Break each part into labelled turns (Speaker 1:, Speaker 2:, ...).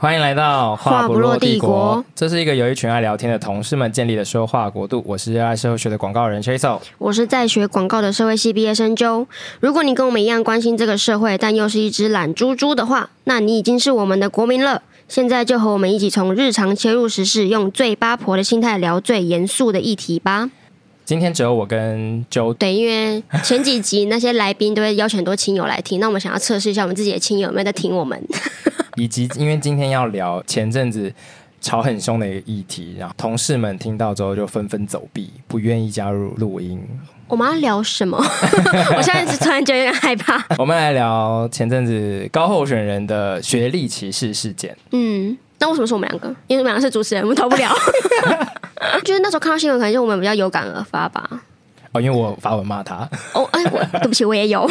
Speaker 1: 欢迎来到
Speaker 2: 话不落帝国，
Speaker 1: 这是一个由一群爱聊天的同事们建立的说话国度。我是热爱社会学的广告人 Chaso。
Speaker 2: 我是在学广告的社会系毕业生啾。如果你跟我们一样关心这个社会，但又是一只懒猪猪的话，那你已经是我们的国民了。现在就和我们一起从日常切入时事，用最八婆的心态聊最严肃的议题吧。
Speaker 1: 今天只有我跟 Joe，
Speaker 2: 对，因为前几集那些来宾都会邀请很多亲友来听，那我们想要测试一下我们自己的亲友有没有在听我们。
Speaker 1: 以及因为今天要聊前阵子吵很凶的一个议题，然后同事们听到之后就纷纷走避，不愿意加入录音。
Speaker 2: 我们要聊什么？ 我现在突然就有点害怕。
Speaker 1: 我们来聊前阵子高候选人的学历歧视事件。
Speaker 2: 嗯，那为什么是我们两个？因为我们两个是主持人，我们逃不了。就是那时候看到新闻，可能就我们比较有感而发吧。
Speaker 1: 哦，因为我发文骂他。
Speaker 2: 哦，哎，我对不起，我也有。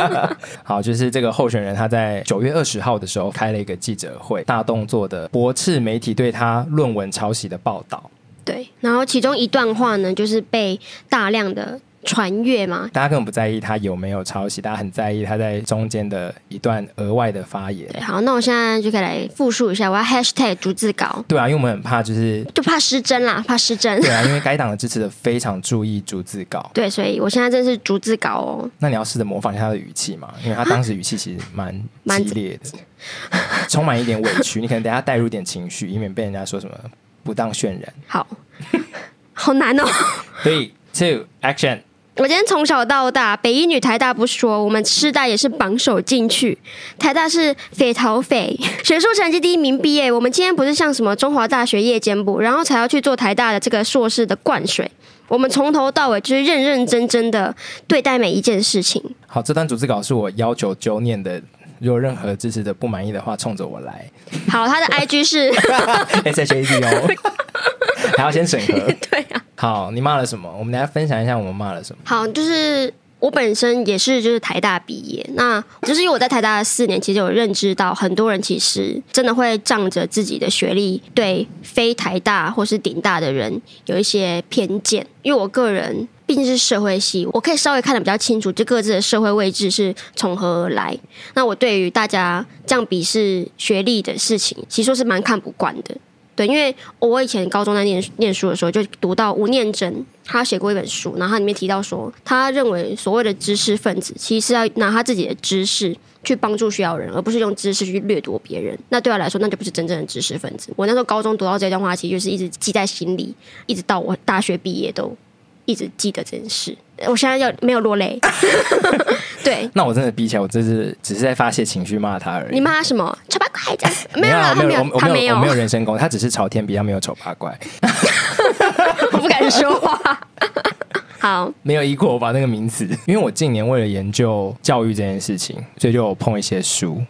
Speaker 1: 好，就是这个候选人他在九月二十号的时候开了一个记者会，大动作的驳斥媒体对他论文抄袭的报道。
Speaker 2: 对，然后其中一段话呢，就是被大量的传阅嘛。
Speaker 1: 大家根本不在意他有没有抄袭，大家很在意他在中间的一段额外的发言。
Speaker 2: 对，好，那我现在就可以来复述一下，我要 hashtag 逐字稿，
Speaker 1: 对啊，因为我们很怕就是
Speaker 2: 就怕失真啦，怕失真
Speaker 1: 对。啊，因为该党的支持者非常注意逐字稿。
Speaker 2: 对，所以我现在真是逐字稿哦。
Speaker 1: 那你要试着模仿一下他的语气嘛，因为他当时语气其实蛮
Speaker 2: 蛮
Speaker 1: 激烈的，充满一点委屈。你可能等一下带入一点情绪，以免被人家说什么不当渲染。
Speaker 2: 好， 好难哦。
Speaker 1: Three, two, action！
Speaker 2: 我今天从小到大，北一女、台大不说，我们师大也是榜首进去。台大是匪逃匪，学术成绩第一名毕业。我们今天不是像什么中华大学夜间部，然后才要去做台大的这个硕士的灌水。我们从头到尾就是认认真真的对待每一件事情。
Speaker 1: 好，这段逐字稿是我要求九念的。如果任何支持者不满意的话，冲着我 来
Speaker 2: 好，他的 IG 是
Speaker 1: ，S H A D O，还要先审核。
Speaker 2: 对啊，
Speaker 1: 好，你骂了什么？我们等一下分享一下我们骂了什么。
Speaker 2: 好，就是我本身也是就是台大毕业，那就是因为我在台大的四年，其实有认知到很多人其实真的会仗着自己的学历对非台大或是顶大的人有一些偏见，因为我个人。毕竟是社会系，我可以稍微看得比较清楚，就各自的社会位置是从何而来。那我对于大家这样鄙视学历的事情，其实说是蛮看不惯的。对，因为我以前高中在念念书的时候，就读到吴念真，他写过一本书，然后他里面提到说，他认为所谓的知识分子，其实是要拿他自己的知识去帮助需要人，而不是用知识去掠夺别人。那对我来说，那就不是真正的知识分子。我那时候高中读到这段话，其实就是一直记在心里，一直到我大学毕业都一直记得这件事。我现在要没有落泪， 对
Speaker 1: 那我真的比起来，我这是只是在发泄情绪骂他而已。
Speaker 2: 你骂他什么？丑八怪这样？没有
Speaker 1: 有
Speaker 2: 啦，他
Speaker 1: 没
Speaker 2: 没
Speaker 1: 有，
Speaker 2: 有，
Speaker 1: 我
Speaker 2: 他
Speaker 1: 我
Speaker 2: 没
Speaker 1: 没
Speaker 2: 有
Speaker 1: 我，没有人身攻击，他只是朝天比，他没有丑八怪，
Speaker 2: 我不敢说话。 好，
Speaker 1: 没有疑过我吧那个名词。 因为我近年为了研究教育这件事情，所以就有碰一些书。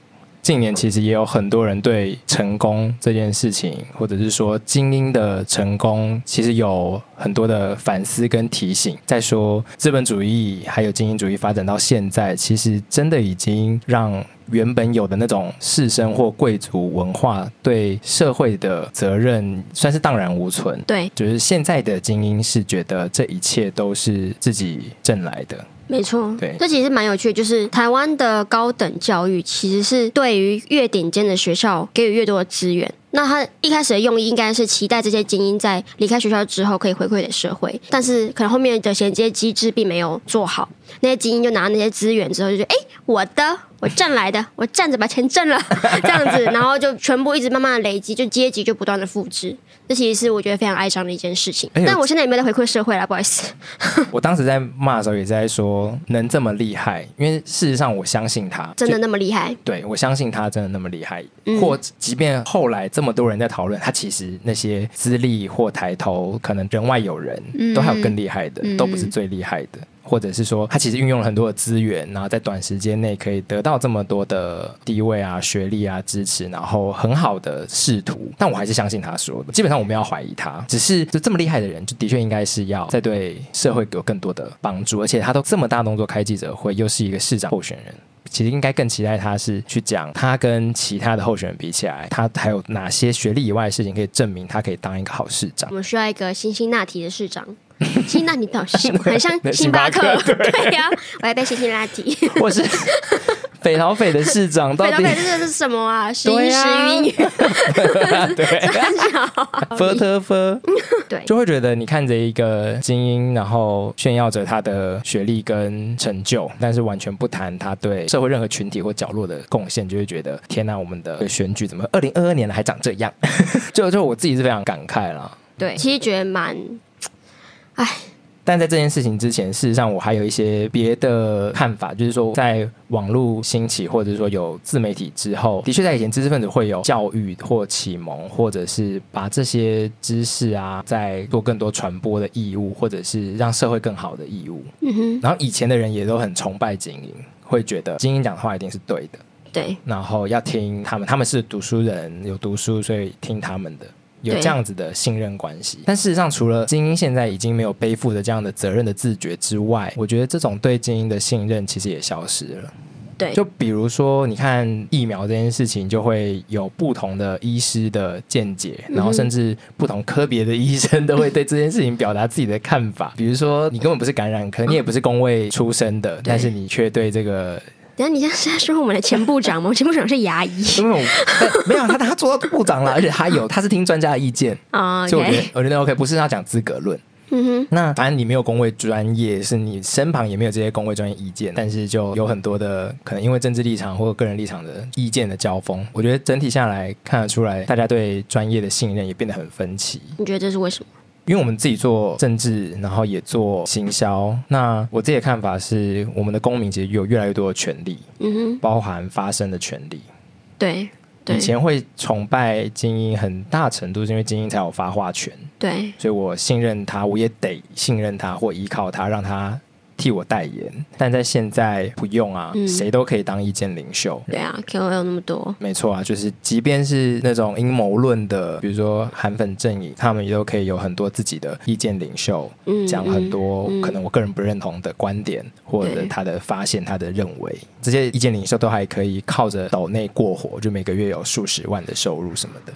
Speaker 1: 近年其实也有很多人对成功这件事情，或者是说精英的成功，其实有很多的反思跟提醒。再说资本主义还有精英主义发展到现在，其实真的已经让原本有的那种士绅或贵族文化对社会的责任算是荡然无存。
Speaker 2: 对，
Speaker 1: 就是现在的精英是觉得这一切都是自己挣来的，
Speaker 2: 没错，
Speaker 1: 对
Speaker 2: 这其实蛮有趣的，就是台湾的高等教育其实是对于越顶尖的学校给予越多的资源。那它一开始的用意应该是期待这些精英在离开学校之后可以回馈给社会，但是可能后面的衔接机制并没有做好，那些精英就拿那些资源之后就觉得，哎、我的，我挣来的，我站着把钱挣了，这样子，然后就全部一直慢慢的累积，就阶级就不断的复制，这其实是我觉得非常哀伤的一件事情。
Speaker 1: 哎呦
Speaker 2: 但我现在也没有在回馈社会啦，不好意思。
Speaker 1: 我当时在骂的时候也在说，能这么厉害，因为事实上我相信他，
Speaker 2: 真的
Speaker 1: 就。
Speaker 2: 那么厉害？
Speaker 1: 对，我相信他真的那么厉害，或即便后来这么多人在讨论，他其实那些资历或抬头，可能人外有人，都还有更厉害的，都不是最厉害的，或者是说他其实运用了很多的资源，然后在短时间内可以得到这么多的地位啊、学历啊、支持，然后很好的仕途，但我还是相信他说的，基本上我们要怀疑他，只是就这么厉害的人，就的确应该是要在对社会有更多的帮助，而且他都这么大动作开记者会，又是一个市长候选人。其实应该更期待他是去讲他跟其他的候选人比起来，他还有哪些学历以外的事情可以证明他可以当一个好市长
Speaker 2: 我。们需要一个辛辛那提的市长。 辛辛那 提到底是什么？很像
Speaker 1: 对
Speaker 2: 星巴克
Speaker 1: 星巴，克
Speaker 2: 对呀、我还被辛辛那提。
Speaker 1: 或是北桃北的市长到
Speaker 2: 北
Speaker 1: 底
Speaker 2: 岛北这个是什么啊？十
Speaker 1: 对
Speaker 2: 一
Speaker 1: 啊
Speaker 2: 十英语
Speaker 1: 对
Speaker 2: 三小，
Speaker 1: f 特 f
Speaker 2: 对，
Speaker 1: 就会觉得你看着一个精英，然后炫耀着他的学历跟成就，但是完全不谈他对社会任何群体或角落的贡献，就会觉得天哪、我们的选举怎么二零二二年了还长这样？ 就就我自己是非常感慨啦。
Speaker 3: 对，
Speaker 2: 其实觉得蛮，哎，
Speaker 1: 但在这件事情之前，事实上我还有一些别的看法，就是说，在网络兴起或者说有自媒体之后，的确在以前知识分子会有教育或启蒙，或者是把这些知识啊，在做更多传播的义务，或者是让社会更好的义务。
Speaker 2: 嗯哼，
Speaker 1: 然后以前的人也都很崇拜精英，会觉得精英讲的话一定是对的，
Speaker 2: 对，
Speaker 1: 然后要听他们，他们是读书人，有读书，所以听他们的。有
Speaker 2: 对
Speaker 1: 这样子的信任关系，但事实上，除了精英现在已经没有背负着这样的责任的自觉之外，我觉得这种对精英的信任其实也消失了。
Speaker 2: 对
Speaker 1: 就比如说，你看疫苗这件事情，就会有不同的医师的见解，
Speaker 2: 嗯
Speaker 1: 然后甚至不同科别的医生都会对这件事情表达自己的看法。比如说，你根本不是感染科，你也不是工位出身的，但是你却对这个，
Speaker 2: 等一下你现在是在说我们的前部长吗？我前部长是牙医
Speaker 1: 因为我但没有他，他做到部长了，而且他有，他是听专家的意见，
Speaker 2: 啊
Speaker 1: 所以我觉得
Speaker 2: ，OK，
Speaker 1: 我觉得 OK，不是要讲资格论。
Speaker 2: 嗯哼，
Speaker 1: 那反正你没有工位专业，是你身旁也没有这些工位专业意见，但是就有很多的可能因为政治立场或个人立场的意见的交锋。我觉得整体下来看得出来，大家对专业的信任也变得很分歧。
Speaker 2: 你觉得这是为什么？
Speaker 1: 因为我们自己做政治，然后也做行销，那我自己的看法是，我们的公民其实有越来越多的权利，
Speaker 2: 嗯哼，
Speaker 1: 包含发声的权利。
Speaker 2: 对，对
Speaker 1: 以，前会崇拜精英，很大程度是因为精英才有发话权。
Speaker 2: 对，
Speaker 1: 所以我信任他，我也得信任他或依靠他，让他替我代言。但在现在不用啊，
Speaker 2: 嗯
Speaker 1: 谁都可以当意见领袖。
Speaker 2: 对啊，KOL 那么多，
Speaker 1: 没错啊，就是即便是那种阴谋论的，比如说韩粉阵营，他们也都可以有很多自己的意见领袖，
Speaker 2: 嗯，
Speaker 1: 讲很多
Speaker 2: 嗯嗯
Speaker 1: 可能我个人不认同的观点，或者
Speaker 2: 对
Speaker 1: 他的发现、他的认为，这些意见领袖都还可以靠着岛内过活，就每个月有数十万的收入什么的。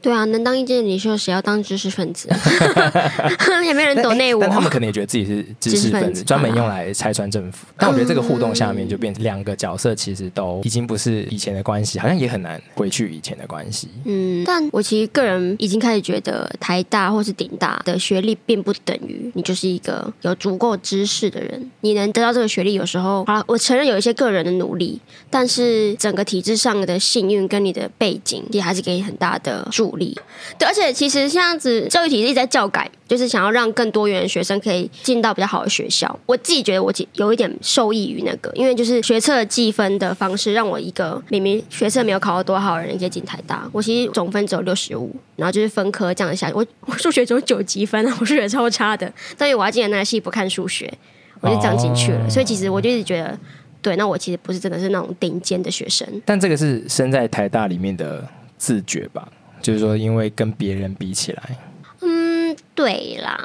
Speaker 2: 对啊，能当意见领袖，谁要当知识分子？啊 也没人
Speaker 1: 但哎
Speaker 2: 懂内我
Speaker 1: 但。他们可能也觉得自己是知识分
Speaker 2: 知识分
Speaker 1: 子，
Speaker 2: 子啊
Speaker 1: 专门用来拆穿政府。但我觉得这个互动下面就变成两个角色，其实都已经不是以前的关系，好像也很难回去以前的关系。
Speaker 2: 嗯，但我其实个人已经开始觉得，台大或是顶大的学历并不等于你就是一个有足够知识的人。你能得到这个学历，有时候好了，我承认有一些个人的努力，但是整个体制上的幸运跟你的背景，也还是给你很大的助力。对，而且其实这样子教育体制一直在教改，就是想要让更多元的学生可以进到比较好的学校。我自己觉得我其有一点受益于那个，因为就是学测计分的方式，让我一个明明学测没有考到多好的人可以进台大，我其实总分只有六十五，然后就是分科这样下去，我我数学只有九级分啊，我数学超差的，但是我还进了那个系不看数学，我就这样进去了。
Speaker 1: 哦
Speaker 2: 所以其实我就一直觉得。对，那我其实不是真的是那种顶尖的学生，
Speaker 1: 但这个是身在台大里面的自觉吧，就是说，因为跟别人比起来，
Speaker 2: 嗯，对啦。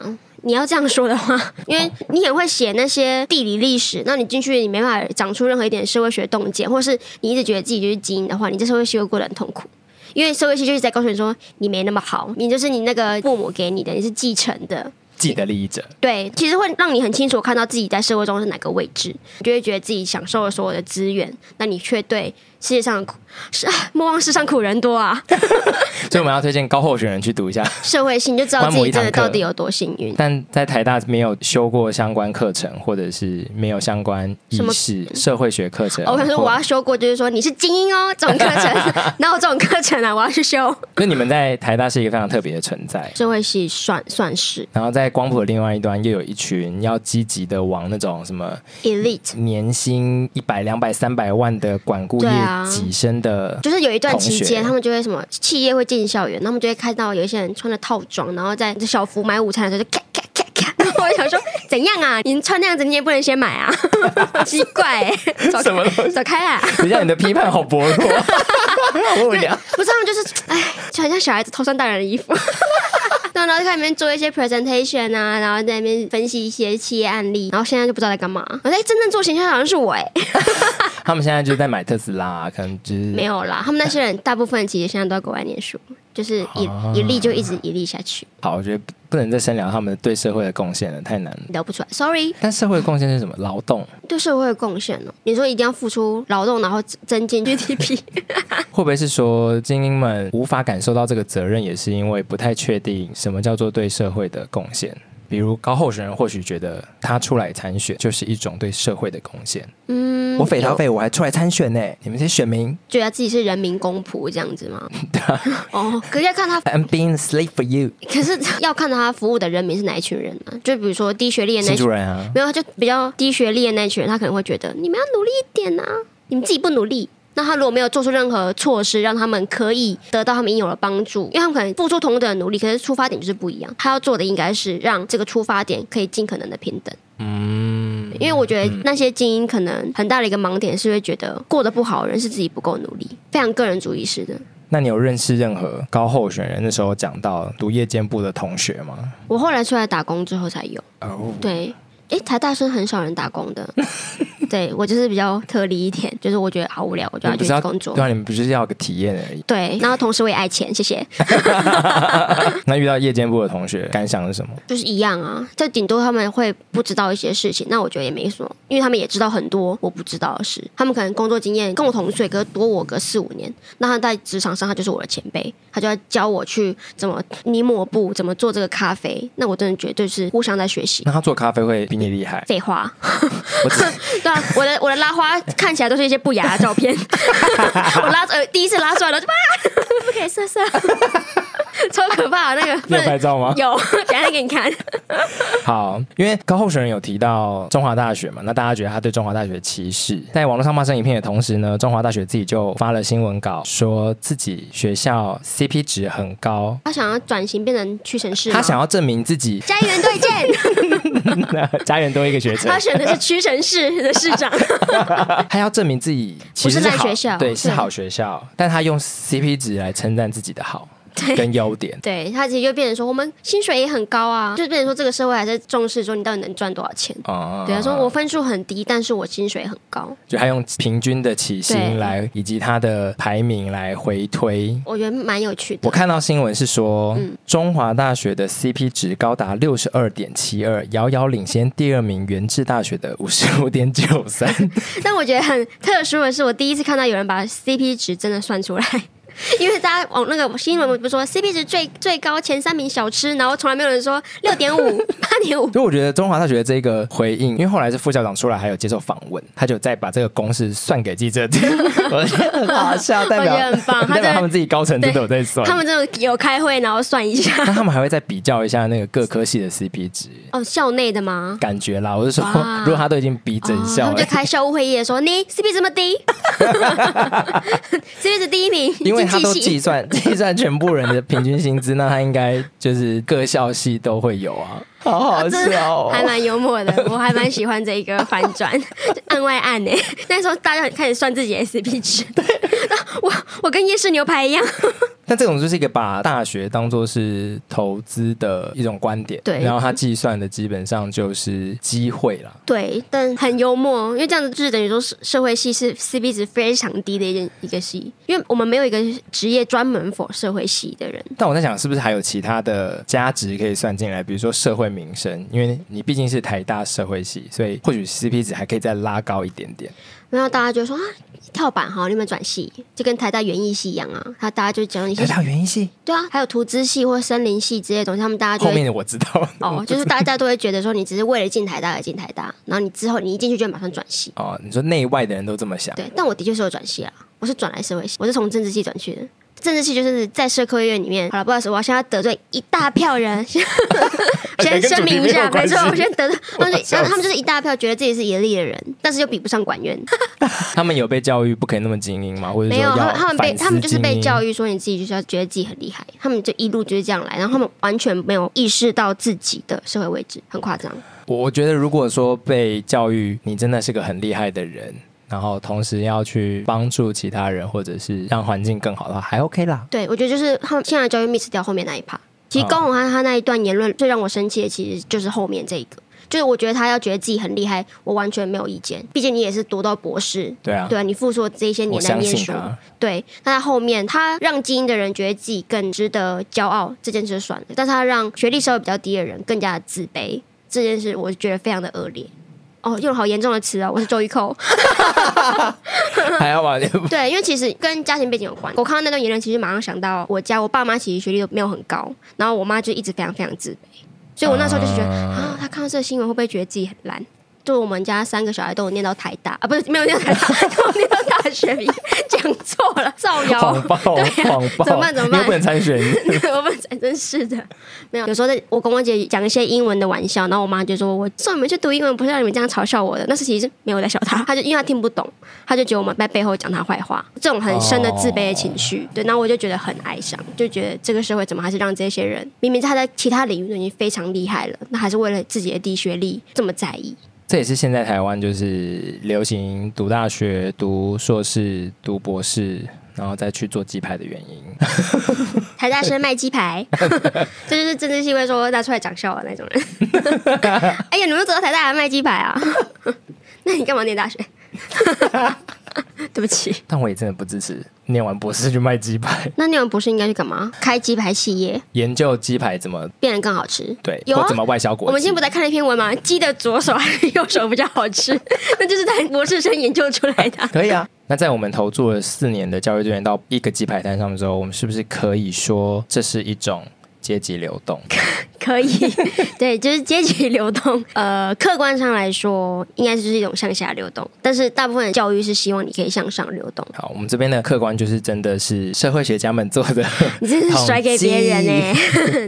Speaker 2: 你要这样说的话，因为你也会写那些地理历史，那你进去你没办法长出任何一点社会学洞见，或是你一直觉得自己就是精英的话，你在社会系会过得很痛苦。因为社会系就是在告诉你说你没那么好，你就是你那个父母给你的，你是继承的，
Speaker 1: 既得利益者。
Speaker 2: 对，其实会让你很清楚看到自己在社会中是哪个位置，你就会觉得自己享受了所有的资源，那你却对世界上的苦是啊莫忘世上苦人多啊，
Speaker 1: 所以我们要推荐高候选人去读一下，
Speaker 2: 社会系你就知道自己真的到底有多幸运。
Speaker 1: 但在台大没有修过相关课程，或者是没有相关意
Speaker 2: 什么
Speaker 1: 识、社会学课程。
Speaker 2: 哦我想说
Speaker 1: 或
Speaker 2: 我要修过，就是说你是精英哦，这种课 程，哪有这种课程啊？我要去修。
Speaker 1: 就你们在台大是一个非常特别的存在。
Speaker 2: 社会系算算是
Speaker 1: 然后在光谱的另外一端，又有一群要积极的往那种什么
Speaker 2: elite，
Speaker 1: 年薪一百、两百、三百万的管顾业
Speaker 2: 对啊
Speaker 1: 跻身的，
Speaker 2: 就是有一段期
Speaker 1: 同学
Speaker 2: 间，他们就会什么企业会进校园，他们就会看到有一些人穿着套装，然后在小福买午餐的时候就咔咔咔咔。然后我就想说，怎样啊？你穿那样子，你也不能先买 啊，奇怪、欸，走
Speaker 1: 什么东
Speaker 2: 开，走开啊！
Speaker 1: 等一下你的批判好薄弱， 我无聊。
Speaker 2: 不是他们就是，哎，就很像小孩子偷穿大人的衣服。对，然后就在里面做一些 presentation 啊，然后在那边分析一些企业案例，然后现在就不知道在干嘛。我在真正做形象好像是我哎、
Speaker 1: 他们现在就是在买特斯拉、啊 可能就是
Speaker 2: 没有啦，他们那些人大部分其实现在都在国外念书，就是一、一粒就一直一粒下去，
Speaker 1: 好，我觉得不能再深聊他们对社会的贡献了，太难了。
Speaker 2: 聊不出来。Sorry，
Speaker 1: 但社会的贡献是什么？劳 动
Speaker 2: 对社会的贡献哦，你说一定要付出劳动，然后增进 GDP，
Speaker 1: 会不会是说精英们无法感受到这个责任，也是因为不太确定什么叫做对社会的贡献？比如高候选人或许觉得他出来参选就是一种对社会的贡献，
Speaker 2: 嗯，
Speaker 1: 我匪他
Speaker 2: 有
Speaker 1: 费我还出来参选呢、你们这些选民
Speaker 2: 觉得自己是人民公仆这样子吗？哦，可是要看他，
Speaker 1: ，I'm being a slave for you，
Speaker 2: 可是要看他服务的人民是哪一群人啊？就比如说低学历的那
Speaker 1: 新
Speaker 2: 群
Speaker 1: 主人啊，
Speaker 2: 没有，他就比较低学历的那一群人，他可能会觉得你们要努力一点啊，你们自己不努力。那他如果没有做出任何措施，让他们可以得到他们应有的帮助，因为他们可能付出同等的努力，可是出发点就是不一样。他要做的应该是让这个出发点可以尽可能的平等。
Speaker 1: 嗯，
Speaker 2: 因为我觉得那些精英可能很大的一个盲点是会觉得过得不好的人是自己不够努力，非常个人主义式的。
Speaker 1: 那你有认识任何高候选人那时候讲到读夜间部的同学吗？
Speaker 2: 我后来出来打工之后才有。
Speaker 1: 哦，
Speaker 2: 对，诶，台大生很少人打工 的，对我就是比较特例一点，就是我觉得好无聊，我就要
Speaker 1: 不
Speaker 2: 去
Speaker 1: 是要
Speaker 2: 工作
Speaker 1: 对。啊，你们不是要有个体验而已。
Speaker 2: 对，然后同时我也爱钱，谢谢，
Speaker 1: 那遇到夜间部的同学，感想是什么？
Speaker 2: 就是一样啊。就顶多他们会不知道一些事情，那我觉得也没什么，因为他们也知道很多我不知道的事。他们可能工作经验跟我同岁，可是多我个四五年，那他在职场上他就是我的前辈，他就要教我去怎么你抹布，怎么做这个咖啡。那我真的觉得就是互相在学习。，
Speaker 1: 那他做咖啡会比你厉害
Speaker 2: 废话，
Speaker 1: 我 只
Speaker 2: 对啊，我的我的拉花看起来都是一些不雅的 照片，我拉呃第一次拉出来了就啊，不可以色色， 超可怕啊那个，不
Speaker 1: 你有
Speaker 2: 能
Speaker 1: 拍照吗？
Speaker 2: 有，等一下给你看。
Speaker 1: 好，因为高候选人有提到中华大学嘛，那大家觉得他对中华大学歧视，在网络上骂声一片的同时呢，中华大学自己就发了新闻稿，说自己学校 CP 值很高，
Speaker 2: 他想要转型变成屈臣氏吗，
Speaker 1: 他想要证明自己
Speaker 2: 家园对见，
Speaker 1: 家人多一个学者
Speaker 2: 他，选的是屈臣氏的市 长，
Speaker 1: 他要证明自己其实
Speaker 2: 不是烂
Speaker 1: 好
Speaker 2: 学校
Speaker 1: 对，是
Speaker 2: 对
Speaker 1: 好学校，但他用 CP 值来称赞自己的好跟优点。
Speaker 2: 对他直接就变成说我们薪水也很高啊，就变成说这个社会还在重视说你到底能赚多少钱。
Speaker 1: 哦
Speaker 2: 对，他啊说我分数很低，但是我薪水很高，
Speaker 1: 就他用平均的起薪
Speaker 2: 对
Speaker 1: 来，以及他的排名来回推
Speaker 2: 我觉得蛮有趣
Speaker 1: 我
Speaker 2: 的。
Speaker 1: 看到新闻是说，
Speaker 2: 嗯
Speaker 1: 中华大学的 CP 值高达六十二点七二，遥遥领先第二名元智大学的五十五点九 三。
Speaker 2: 但我觉得很特殊的是，我第一次看到有人把 CP 值真的算出来。 因为大家往那个新闻不是说 CP 值最最高前三名小吃，然后从来没有人说六点五、八点五，
Speaker 1: 所以我觉得中华大学的这个回应，因为后来是副校长出来还有接受访问，他就再把这个公式算给记 者听，我觉得很好笑，代表
Speaker 2: 我觉得很棒
Speaker 1: 代
Speaker 2: 他
Speaker 1: 表
Speaker 2: 真的
Speaker 1: 他们自己高 层真的有在算
Speaker 2: 他。们真的有开会，然后算一下。
Speaker 1: 那他们还会再比较一下那个各科系的 CP 值，
Speaker 2: 哦，校内的吗？
Speaker 1: 感觉啦，我是说
Speaker 2: 哇，
Speaker 1: 如果他都已经比整
Speaker 2: 哦他
Speaker 1: 校
Speaker 2: 们
Speaker 1: 了
Speaker 2: 就，开校务会议的时候，你 CP 这 么低，CP 值第一名，
Speaker 1: 因为他都
Speaker 2: 经济
Speaker 1: 计
Speaker 2: 系
Speaker 1: 算计算全部人的平均薪资，那他应该就是各校系都会有啊， 好好
Speaker 2: 真的
Speaker 1: 笑、哦
Speaker 2: 还蛮幽默的，我还蛮喜欢这一个反转， 就案外案呢、欸 那时候大家开始算自己的 CP 值， 我我跟夜市牛排一样，
Speaker 1: 但这种就是一个把大学当做是投资的一种观点，
Speaker 2: 对
Speaker 1: 然后他计算的基本上就是机会啦。
Speaker 2: 对，但很幽默，因为这样子就是等于说社社会系是 CP 值非常低的一件一个系，因为我们没有一个职业专门 for 社会系的人，
Speaker 1: 但我在想，是不是还有其他的价值可以算进来，比如说社会民生，因为你毕竟是台大社会系，所以或许 CP 值还可以再拉高一点点。
Speaker 2: 然后大家就说啊，跳板好，你们转系，就跟台大园艺系一样啊，他大家就讲 一些
Speaker 1: 台大园艺系
Speaker 2: 对啊，还有图资系或森林系之类的东西，他们大家就
Speaker 1: 后
Speaker 2: 会
Speaker 1: 面的我知道
Speaker 2: 哦，就是大家都会觉得说你只是为了进台大而进台大，然后你之后你一进去就马上转系。
Speaker 1: 哦，你说内外的人都这么想，
Speaker 2: 对，但我的确是有转系啊，我是转来社会系，我是从政治系转去的。政治系就是在社科院里面，好了，不好意思，我要现在得罪一大票人， 先先声明一下，
Speaker 1: 哎跟
Speaker 2: 没
Speaker 1: 主题没有关
Speaker 2: 错
Speaker 1: 系，
Speaker 2: 我先 得罪，他们
Speaker 1: 我笑
Speaker 2: 就
Speaker 1: 死
Speaker 2: 他们就是一大票觉得自己是严厉的人，但是又比不上管院，
Speaker 1: 他们有被教育不可以那么精英吗？或者说
Speaker 2: 没有，
Speaker 1: 要
Speaker 2: 他们他们被
Speaker 1: 反思
Speaker 2: 他们就是被
Speaker 1: 精英
Speaker 2: 教育说你自己就是要觉得自己很厉害，他们就一路就是这样来，然后他们完全没有意识到自己的社会位置，很夸张。
Speaker 1: 我我觉得，如果说被教育你真的是个很厉害的人，然后同时要去帮助其他人，或者是让环境更好的话，还 OK 啦。
Speaker 2: 对，我觉得就是他们现在教
Speaker 1: 啊
Speaker 2: 育 miss 掉后面那一趴。其实高洪安他那一段言论最让我生气的，其实就是后面这一个，就是我觉得他要觉得自己很厉害，我完全没有意见。毕竟你也是读到博士，
Speaker 1: 对啊
Speaker 2: 对你付出这些
Speaker 1: 我
Speaker 2: 年在
Speaker 1: 相
Speaker 2: 念
Speaker 1: 信
Speaker 2: 书，
Speaker 1: 他，
Speaker 2: 对，那他后面他让精英的人觉得自己更值得骄傲，这件事就算了，但是他让学历稍微比较低的人更加自卑，这件事我觉得非常的恶劣。哦，用了好严重的词哦，我是周玉蔻。
Speaker 1: 还要 把
Speaker 2: 对，因为其实跟家庭背景有关。我看到那段言论，其实马上想到我家，我爸妈其实学历都没有很高，然后我妈就一直非常非常自卑，所以我那时候就是觉得啊，她看到这个新闻会不会觉得自己很烂？就我们家三个小孩都有念到台大啊，不是没有念到台大， 都有念到大学毕业，讲错了，造谣
Speaker 1: 谎。报
Speaker 2: 对啊
Speaker 1: 谎报，
Speaker 2: 怎么办怎么
Speaker 1: 你
Speaker 2: 办
Speaker 1: 又不能参选，
Speaker 2: 我们才真是的，没有。有时候在我跟我姐讲一些英文的玩笑，然后我妈就说：“我送你们去读英文，不是让你们这样嘲笑我的。”但是其实没有在笑她，她就因为她听不懂，她就觉得我们在背后讲她坏话，这种很深的自卑的情绪。对，然后我就觉得很哀伤，就觉得这个社会怎么还是让这些人，明明他在其他领域都已经非常厉害了，那还是为了自己的低学历这么在意。
Speaker 1: 这也是现在台湾就是流行读大学、读硕士、读博士，然后再去做鸡排的原因。
Speaker 2: 台大生卖鸡排，这就是政治系会说拿出来讲笑的那种人。 哎呀，你们走到台大还卖鸡排啊？ 那你干嘛 念大学？对不起，
Speaker 1: 但我也真的不支持念完博士去卖鸡排，
Speaker 2: 那念完博士应该去干嘛？开鸡排企业，
Speaker 1: 研究鸡排怎么
Speaker 2: 变得更好吃。
Speaker 1: 对，
Speaker 2: 有啊
Speaker 1: 或怎么外销国际。
Speaker 2: 我们今天不在看了一篇文吗？鸡的左手还是右手比较 好吃？那就是他博士生研究出来的。
Speaker 1: 可以啊。那在我们投注了四年的教育资源到一个鸡排摊上的时候，我们是不是可以说这是一种阶级流 动？
Speaker 2: 可以，对，就是阶级流动。呃，客观上来说，应该就是一种向下流动，但是大部分的教育是希望你可以向上流动。
Speaker 1: 好，我们这边的客观就是真的是社会学家们做的，
Speaker 2: 你真是甩给别人 呢、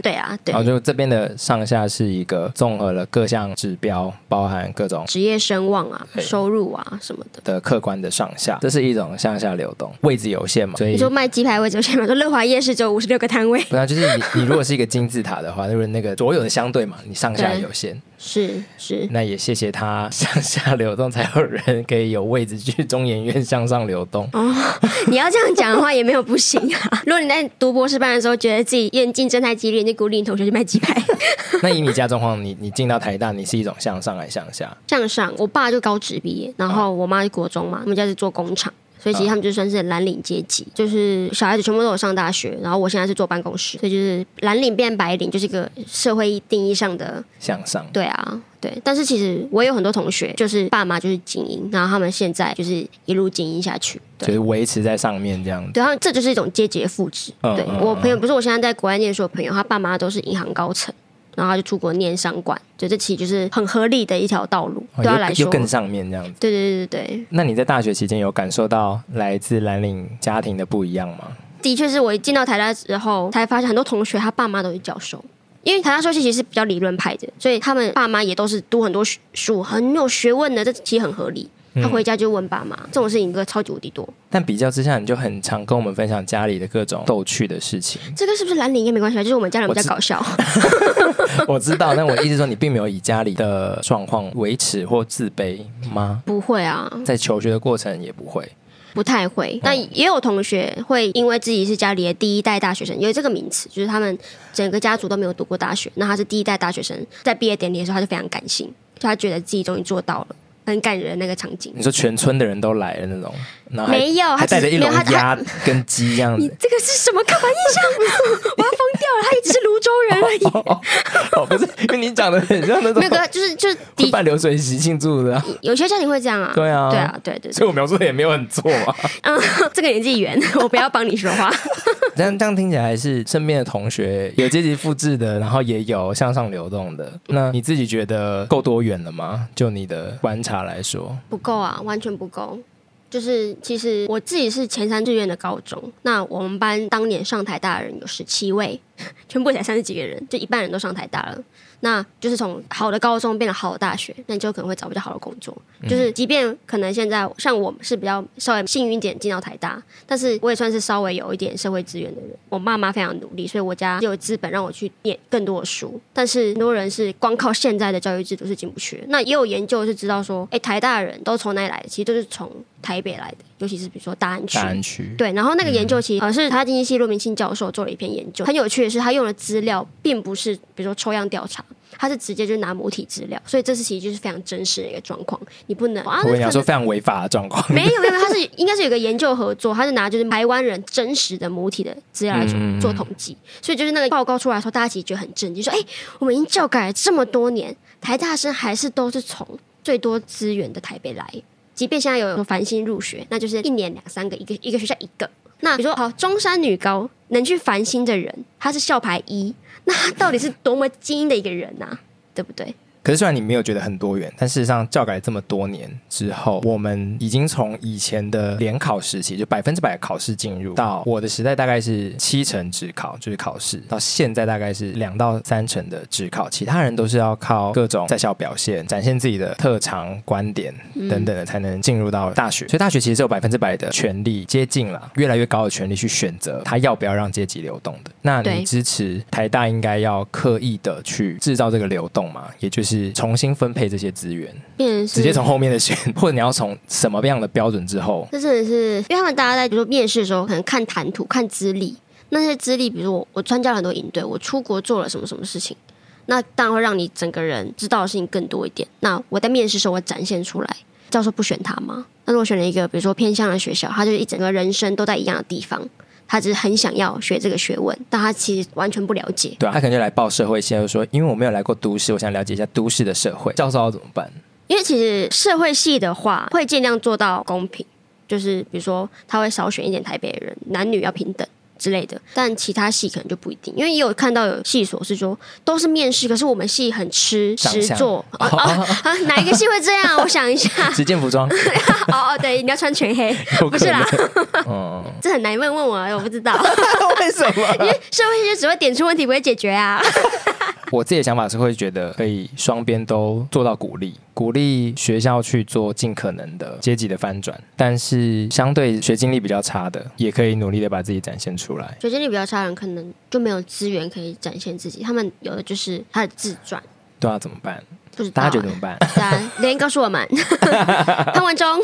Speaker 2: 对啊，对
Speaker 1: 然后，就这边的上下是一个综合了各项指标，包含各种
Speaker 2: 职业声望啊、
Speaker 1: 对
Speaker 2: 收入啊什么的。
Speaker 1: 的客观的上下，这是一种向下流动，位置有限嘛，所以
Speaker 2: 你说卖鸡排位置有限吗？说乐华夜市只有五十六个摊位，
Speaker 1: 不然就是你你如果是一个金字塔的话，就是那个所有的相对嘛，你上下有限，
Speaker 2: 是是，
Speaker 1: 那也谢谢他向下流动，才有人可以有位置去中研院向上流动。
Speaker 2: 哦 你要这样讲的话也没有不行 啊。如果你在读博士班的时候觉得自己厌竞争太激烈，你就鼓励你同学去卖鸡 排。
Speaker 1: 那以你家状况，你你进到台大，你是一种向上还是向下？
Speaker 2: 向上，我爸就高职毕业，然后我妈是国中嘛，我们家是做工厂。所以其实他们就算是蓝领阶级，就是小孩子全部都有上大学，然后我现在是坐办公室，所以就是蓝领变白领，就是一个社会定义上的
Speaker 1: 向上。
Speaker 2: 对啊，对，但是其实我也有很多同学，就是爸妈就是精英，然后他们现在就是一路精英下去。
Speaker 1: 就
Speaker 2: 对，
Speaker 1: 是维持在上面这样子，
Speaker 2: 对，然后这就是一种阶级的复制。
Speaker 1: 嗯
Speaker 2: 对
Speaker 1: 嗯
Speaker 2: 我朋友，不是我现在在国外念书的朋友，他爸妈都是银行高层，然后他就出国念商管，对，这其实就是很合理的一条道路，
Speaker 1: 哦
Speaker 2: 对啊他来
Speaker 1: 又
Speaker 2: 说。
Speaker 1: 又更上面这样子。
Speaker 2: 对对对对对，
Speaker 1: 那你在大学期间有感受到来自蓝领家庭的不一样吗？
Speaker 2: 的确是我一进到台大之后，才发现很多同学他爸妈都是教授，因为台大授系其实是比较理论派的，所以他们爸妈也都是读很多学书，很有学问的，这其实很合理。他回家就问爸妈，这种事情哥超级无敌多。
Speaker 1: 但比较之下，你就很常跟我们分享家里的各种逗趣的事 情。
Speaker 2: 这个是不是蓝领应该没关系吧？就是我们家人比
Speaker 1: 我知
Speaker 2: 较搞笑，
Speaker 1: 我知道，但我一直说你并没有以家里的状况维持或自卑吗？
Speaker 2: 不会啊，
Speaker 1: 在求学的过程也不会，
Speaker 2: 不太会。但也有同学会因为自己是家里的第一代大学生，有这个名词，就是他们整个家族都没有读过大学，那他是第一代大学生，在毕业典礼的时候他就非常感性，就他觉得自己终于做到了，很感人的那个场景。
Speaker 1: 你说全村的人都来了那种，然后还
Speaker 2: 没有，
Speaker 1: 还
Speaker 2: 他只
Speaker 1: 带
Speaker 2: 是
Speaker 1: 着一笼
Speaker 2: 没有他
Speaker 1: 鸭跟鸡这样
Speaker 2: 你
Speaker 1: 子，
Speaker 2: 这个是什么刻板印象？我要疯掉了！他一直是泸州人而已。
Speaker 1: 哦，不是，因为你讲的很像那种
Speaker 2: 没有，哥，就是就是
Speaker 1: 会
Speaker 2: 的，
Speaker 1: 办流水席庆祝的啊、
Speaker 2: 有些家庭会这样啊。
Speaker 1: 对啊
Speaker 2: 对啊，对对对。
Speaker 1: 所以我描述的也没有很错啊嘛。
Speaker 2: 嗯， 这个年纪远，我不要帮你说话。
Speaker 1: 这样这样听起来是身边的同学有阶级复制的，然后也有向上流动的。那你自己觉得够多远了吗？就你的观察来说，
Speaker 2: 不够啊，完全不够。就是其实我自己是前三志愿的高中，那我们班当年上台大的人有十七位，全部才三十几个人，就一半人都上台大了。那就是从好的高中变得好的大学，那你就可能会找比较好的工作。就是即便可能现在像我们是比较稍微幸运一点进到台大，但是我也算是稍微有一点社会资源的人。我爸妈非常努力，所以我家有资本让我去念更多的书。但是很多人是光靠现在的教育制度是进不去的。那也有研究是知道说，哎，台大人都从哪里来的？其实都是从台北来的，尤其是比如说大安区
Speaker 1: 大。安区嗯
Speaker 2: 对，然后那个研究其实好像是台大经济系骆明清教授做了一篇研究，很有趣的是，他用的资料并不是比如说抽样调查，他是直接就拿母体资料，所以这是其实就是非常真实的一个状况，你不能啊，
Speaker 1: 我跟你
Speaker 2: 那
Speaker 1: 讲
Speaker 2: 可
Speaker 1: 说
Speaker 2: 能
Speaker 1: 非常违法的状况，
Speaker 2: 没有没有，没有他是应该是有个研究合作，他是拿就是台湾人真实的母体的资料来做
Speaker 1: 嗯嗯嗯
Speaker 2: 做统计，所以就是那个报告出来的时候，大家其实觉得很震惊，说哎、我们已经教改了这么多年，台大生还是都是从最多资源的台北来，即便现在有繁星入学，那就是一年两三个，一个一个学校一个。那比如说，好，中山女高能去繁星的人，他是校排一，那他到底是多么精英的一个人呐、对不对？
Speaker 1: 可是虽然你没有觉得很多元，但事实上教改这么多年之后，我们已经从以前的联考时期，就百分之百的考试进入，到我的时代大概是七成只考，就是考试，到现在大概是两到三成的只考，其他人都是要靠各种在校表现、展现自己的特长、观点等等的，才能进入到大学。所以大学其实是有百分之百的权利接近了，越来越高的权利去选择他要不要让阶级流动的。那
Speaker 2: 对
Speaker 1: 你支持台大应该要刻意的去制造这个流动嘛，也就是重新分配这些资源，
Speaker 2: 变成是
Speaker 1: 直接从后面的选，或者你要从什么样的标准之后，
Speaker 2: 这真的是，呃因为他们大家在比如说面试的时候，可能看谈吐、看资历，那些资历，比如说我我参加了很多营队，我出国做了什么什么事情，那当然会让你整个人知道的事情更多一点。那我在面试的时候，我展现出来，教授不选他吗？那如果选了一个比如说偏向的学校，他就是一整个人生都在一样的地方，他只是很想要学这个学问，但他其实完全不了解。
Speaker 1: 对啊，他可能就来报社会系，他就说因为我没有来过都市，我想了解一下都市的社会，教授要怎么办？
Speaker 2: 因为其实社会系的话，会尽量做到公平，就是比如说他会少选一点台北人，男女要平等之类的。但其他系可能就不一定，因为也有看到有系所是说都是面试，可是我们系很吃
Speaker 1: 长
Speaker 2: 实
Speaker 1: 相
Speaker 2: 做啊啊啊！哪一个系会这样？我想一下，
Speaker 1: 只见服 装，啊
Speaker 2: 哦哦，对，你要穿全黑，
Speaker 1: 有
Speaker 2: 不
Speaker 1: 可
Speaker 2: 是啦
Speaker 1: 能，嗯，
Speaker 2: 这很难问问我，我不知道，
Speaker 1: 为什么？
Speaker 2: 因为社会系就只会点出问题，不会解决 啊。
Speaker 1: 我自己的想法是会觉得可以双边都做到鼓励，鼓励学校去做尽可能的阶级的翻转，但是相对学经历比较差的，也可以努力的把自己展现出来。
Speaker 2: 学经历比较差的人，可能就没有资源可以展现自己，他们有的就是他的自传，
Speaker 1: 对啊，怎么办？
Speaker 2: 不知道
Speaker 1: 大家
Speaker 2: 啊
Speaker 1: 觉得怎么办？
Speaker 2: 对啊，留言告诉 我们。潘文忠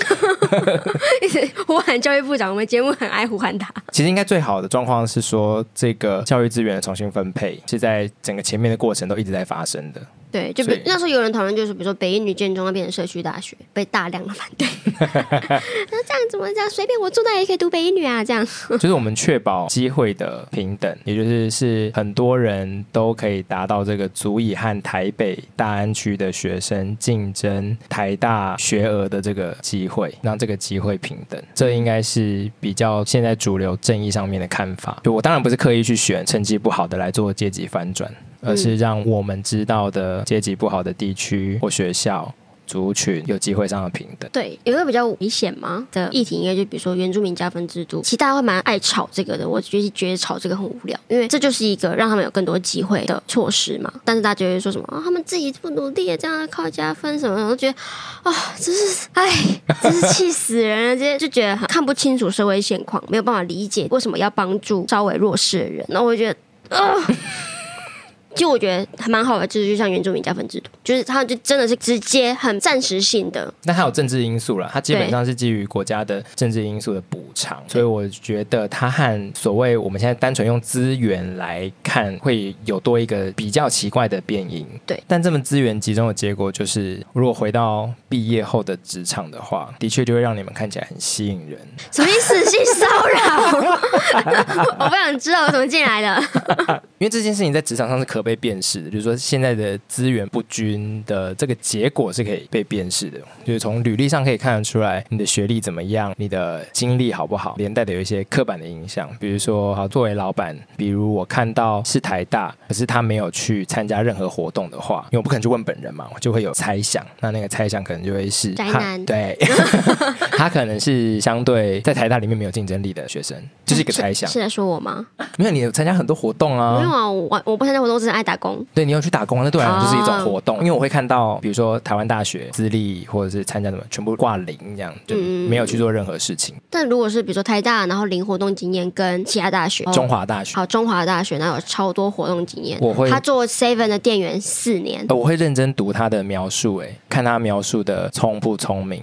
Speaker 2: 一直呼喊教育部长，我们节目很爱呼喊他。
Speaker 1: 其实应该最好的状况是说，这个教育资源的重新分配是在整个前面的过程都一直在发生的。
Speaker 2: 对，就比
Speaker 1: 所
Speaker 2: 如
Speaker 1: 以
Speaker 2: 那时候有人讨论，就是比如说北一女建中要变成社区大学，被大量的反对。 那这样怎么这样？随便我住那也可以读北一女啊，这样。
Speaker 1: 就是我们确保机会的平等，也就是是很多人都可以达到这个足以和台北大安区的学生竞争台大学额的这个机会，让这个机会平等。这应该是比较现在主流正义上面的看法。就我当然不是刻意去选成绩不好的来做阶级翻转，而是让我们知道的阶级不好的地区或学校。族群有机会上的平等，
Speaker 2: 对，有一个比较危险吗的议题，应该就比如说原住民加分制度，其实大家会蛮爱吵这个的。我觉得觉得吵这个很无聊，因为这就是一个让他们有更多机会的措施嘛。但是大家就会说什么啊、他们自己不努力，这样靠加分什么的，我就觉得啊、真是哎，真是气死人了！这些就觉得很看不清楚社会现况，没有办法理解为什么要帮助稍微弱势的人。然后我就觉得啊 就我觉得还蛮好的制度，就像原住民加分制度，就是他就真的是直接很暂时性的
Speaker 1: 那它有政治因素了，它基本上是基于国家的政治因素的补偿，所以我觉得它和所谓我们现在单纯用资源来看，会有多一个比较奇怪的变因。
Speaker 2: 对，
Speaker 1: 但这么资源集中的结果就是，如果回到毕业后的职场的话，的确就会让你们看起来很吸引人。
Speaker 2: 什么意思？性骚 扰？我不想知道我怎么进来的。
Speaker 1: 因为这件事情在职场上是可被辨识的，就是说现在的资源不均的这个结果是可以被辨识的，就是从履历上可以看得出来你的学历怎么样，你的经历好不好，连带的有一些刻板的影响，比如说好作为老板，比如我看到是台大，可是他没有去参加任何活动的话，因为我不可能去问本人嘛，我就会有猜想，那那个猜想可能就会是
Speaker 2: 宅
Speaker 1: 他
Speaker 2: 男
Speaker 1: 对，他可能是相对在台大里面没有竞争力的学生，这、是一个 猜想
Speaker 2: 是，在说我吗？
Speaker 1: 没有你有参加很多活动啊，
Speaker 2: 没有啊，我我不参加活动，我只是爱打工。
Speaker 1: 对你有去打工，那对我来讲就是一种
Speaker 2: 哦
Speaker 1: 活动，因为我会看到，比如说台湾大学资历或者是参加什么，全部挂零这样，就
Speaker 2: 嗯
Speaker 1: 没有去做任何事情。
Speaker 2: 但如果是比如说台大，然后零活动经验跟其他大学，
Speaker 1: 中
Speaker 2: 华
Speaker 1: 华大学，
Speaker 2: 好中华大学，那有超多活动经验。
Speaker 1: 我会
Speaker 2: 他做 Seven 的店员四年，
Speaker 1: 呃我会认真读他的描述，哎，看他 描述的聪不聪明。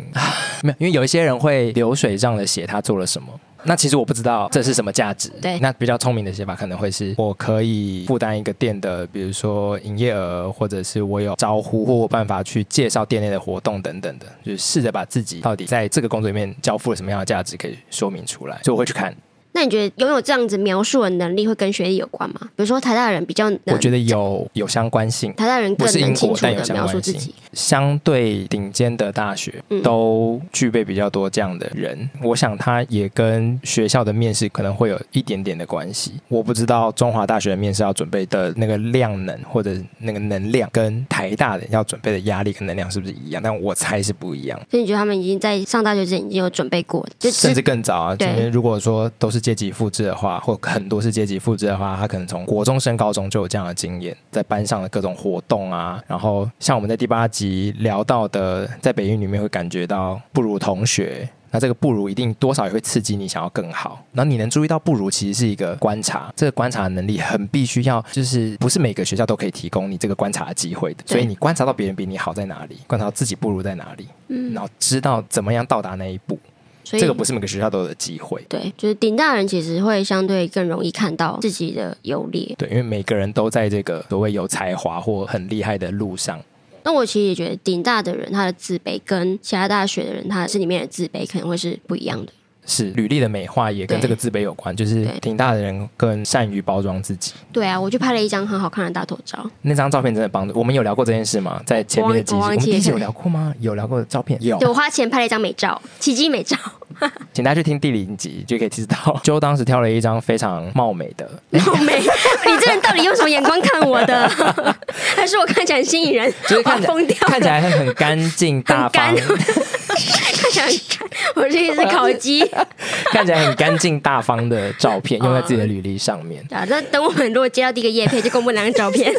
Speaker 1: 没有，因为有一些人会流水账的写他做了什么，那其实我不知道这是什么价值。
Speaker 3: 对
Speaker 1: 那比较聪明的写法可能会是，我可以负担一个店的，比如说营业额，或者是我有招呼或办法去介绍店内的活动等等的，就是试着把自己到底在这个工作里面交付了什么样的价值，可以说明出来。所以我会去看，
Speaker 2: 那你觉得拥有这样子描述的能力会跟学历有关吗？比如说台大人比较能，
Speaker 1: 我觉得有有相关性。
Speaker 2: 台大人
Speaker 1: 不
Speaker 2: 更
Speaker 1: 是因
Speaker 2: 能清
Speaker 1: 果，
Speaker 2: 楚
Speaker 1: 但有
Speaker 2: 的
Speaker 1: 相
Speaker 2: 描述
Speaker 1: 关
Speaker 2: 自
Speaker 1: 性
Speaker 2: 己。。
Speaker 1: 相对顶尖的大学
Speaker 2: 嗯
Speaker 1: 都具备比较多这样的人，我想他也跟学校的面试可能会有一点点的关系。我不知道中华大学的面试要准备的那个量能或者那个能量，跟台大的要准备的压力跟能量是不是一样？但我猜是不一样。
Speaker 2: 所以你觉得他们已经在上大学之前已经有准备过了，就
Speaker 1: 甚
Speaker 2: 知
Speaker 1: 至更早啊，
Speaker 2: 对
Speaker 1: 因为如果说都是阶级复制的话，或很多是阶级复制的话，他可能从国中升高中就有这样的经验，在班上的各种活动啊，然后像我们在第八集聊到的，在北英里面会感觉到不如同学。那这个不如一定多少也会刺激你想要更好，然后你能注意到不如其实是一个观察，这个观察能力很必须要，就是不是每个学校都可以提供你这个观察的机会的，
Speaker 2: 对
Speaker 1: 所以你观察到别人比你好在哪里，观察到自己不如在哪里，
Speaker 2: 嗯
Speaker 1: 然后知道怎么样到达那一步，
Speaker 2: 所以
Speaker 1: 这个不是每个学校都有的机会。
Speaker 2: 对，就是顶大人其实会相对更容易看到自己的优劣。
Speaker 1: 对，因为每个人都在这个所谓有才华或很厉害的路上，
Speaker 2: 那我其实也觉得顶大的人他的自卑跟其他大学的人他心里面的自卑可能会是不一样的。
Speaker 1: 是履历的美化也跟
Speaker 2: 对
Speaker 1: 这个自卑有关，就是
Speaker 2: 对
Speaker 1: 挺大的人更善于包装自己。
Speaker 2: 对啊，我就拍了一张很好看的大头照，
Speaker 1: 那张照片真的帮助我们有聊过这件事吗？在前面的几集，
Speaker 2: 我
Speaker 1: 我
Speaker 2: 忘
Speaker 1: 们
Speaker 2: 记
Speaker 1: 第一集
Speaker 2: 了
Speaker 1: 有聊过吗？有聊过照片，有
Speaker 2: 对我花钱拍了一张美照，奇迹美照。
Speaker 1: 请大家去听第零集就可以知道，就当时挑了一张非常貌美 的，
Speaker 2: 貌美，你这人到底用什么眼光看我的？ 还是我看起来很吸引人？
Speaker 1: 就是看起
Speaker 2: 我要疯
Speaker 1: 来
Speaker 2: 掉了，
Speaker 1: 看起来很干净大方
Speaker 2: 很干， 看起来很干我这一只烤鸡。
Speaker 1: 看起来很干净大方的照片，用在
Speaker 2: 哦
Speaker 1: 自己的履历上面。
Speaker 2: 对啊，那等我们如果接到第一个叶配，就公布两张照片。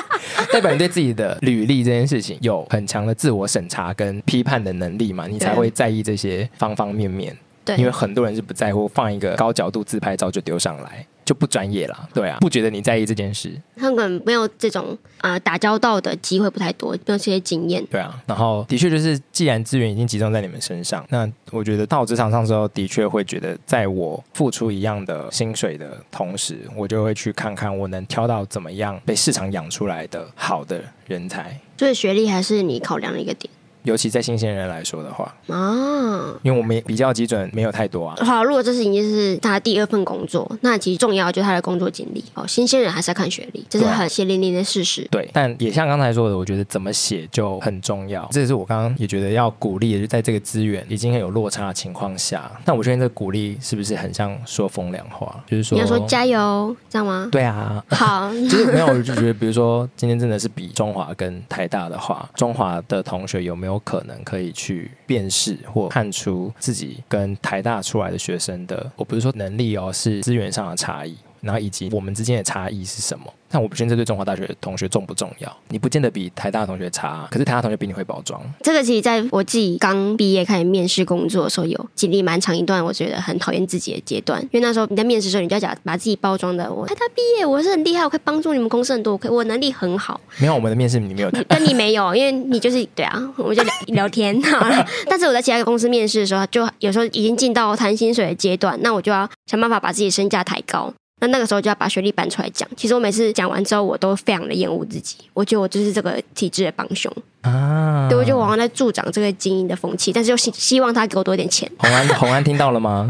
Speaker 1: 代表你对自己的履历这件事情有很强的自我审查跟批判的能力嘛，你才会在意这些方方面面。
Speaker 2: 对
Speaker 1: 因为很多人是不在乎，放一个高角度自拍照就丢上来，就不专业啦。对啊，不觉得你在意这件事，
Speaker 2: 他们可能没有这种啊、呃打交道的机会不太多，没有这些经验。
Speaker 1: 对啊。然后的确就是，既然资源已经集中在你们身上，那我觉得到职场上之后，的确会觉得，在我付出一样的薪水的同时，我就会去看看我能挑到怎么样被市场养出来的好的人才，
Speaker 2: 所以学历还是你考量的一个点
Speaker 1: 尤其在新鲜人来说的话。
Speaker 2: 啊。
Speaker 1: 因为我们比较基准没有太多啊。
Speaker 2: 好，如果这是已经是他第二份工作，那其实重要就是他的工作经历哦。新鲜人还是要看学历，这是
Speaker 1: 对啊
Speaker 2: 很血淋淋的事实。
Speaker 1: 对，但也像刚才说的，我觉得怎么写就很重要。这也是我刚刚也觉得要鼓励的，就在这个资源已经很有落差的情况下，那我觉得这个鼓励是不是很像说风凉话？就是说，
Speaker 2: 你要说加油，这样吗？
Speaker 1: 对啊，
Speaker 2: 好，
Speaker 1: 就是没有，我就觉得，比如说今天真的是比中华跟台大的话，中华的同学有没有可能可以去辨识或看出自己跟台大出来的学生的，我不是说能力哦，是资源上的差异，然后以及我们之间的差异是什么？但我不确定这对中华大学的同学重不重要。你不见得比台大的同学差，可是台大同学比你会包装。
Speaker 2: 这个其实在我自己刚毕业开始面试工作的时候，有经历蛮长一段我觉得很讨厌自己的阶段，因为那时候你在面试的时候，你就要讲把自己包装的，我台大毕业，我是很厉害，我可以帮助你们公司很多，我可以我能力很好，
Speaker 1: 没有我们的面试里面有 台，
Speaker 2: 但你没有，因为你就是对啊，我们就聊聊天好了。但是我在其他公司面试的时候，就有时候已经进到谈薪水的阶段，那我就要想办法把自己身价抬高。那那个时候就要把学历搬出来讲。其实我每次讲完之后，我都非常的厌恶自己，我觉得我就是这个体制的帮凶。
Speaker 1: 啊，
Speaker 2: 对，我觉得我好像在助长这个精英的风气，但是又希希望他给我多点钱。
Speaker 1: 红安红安听到了吗？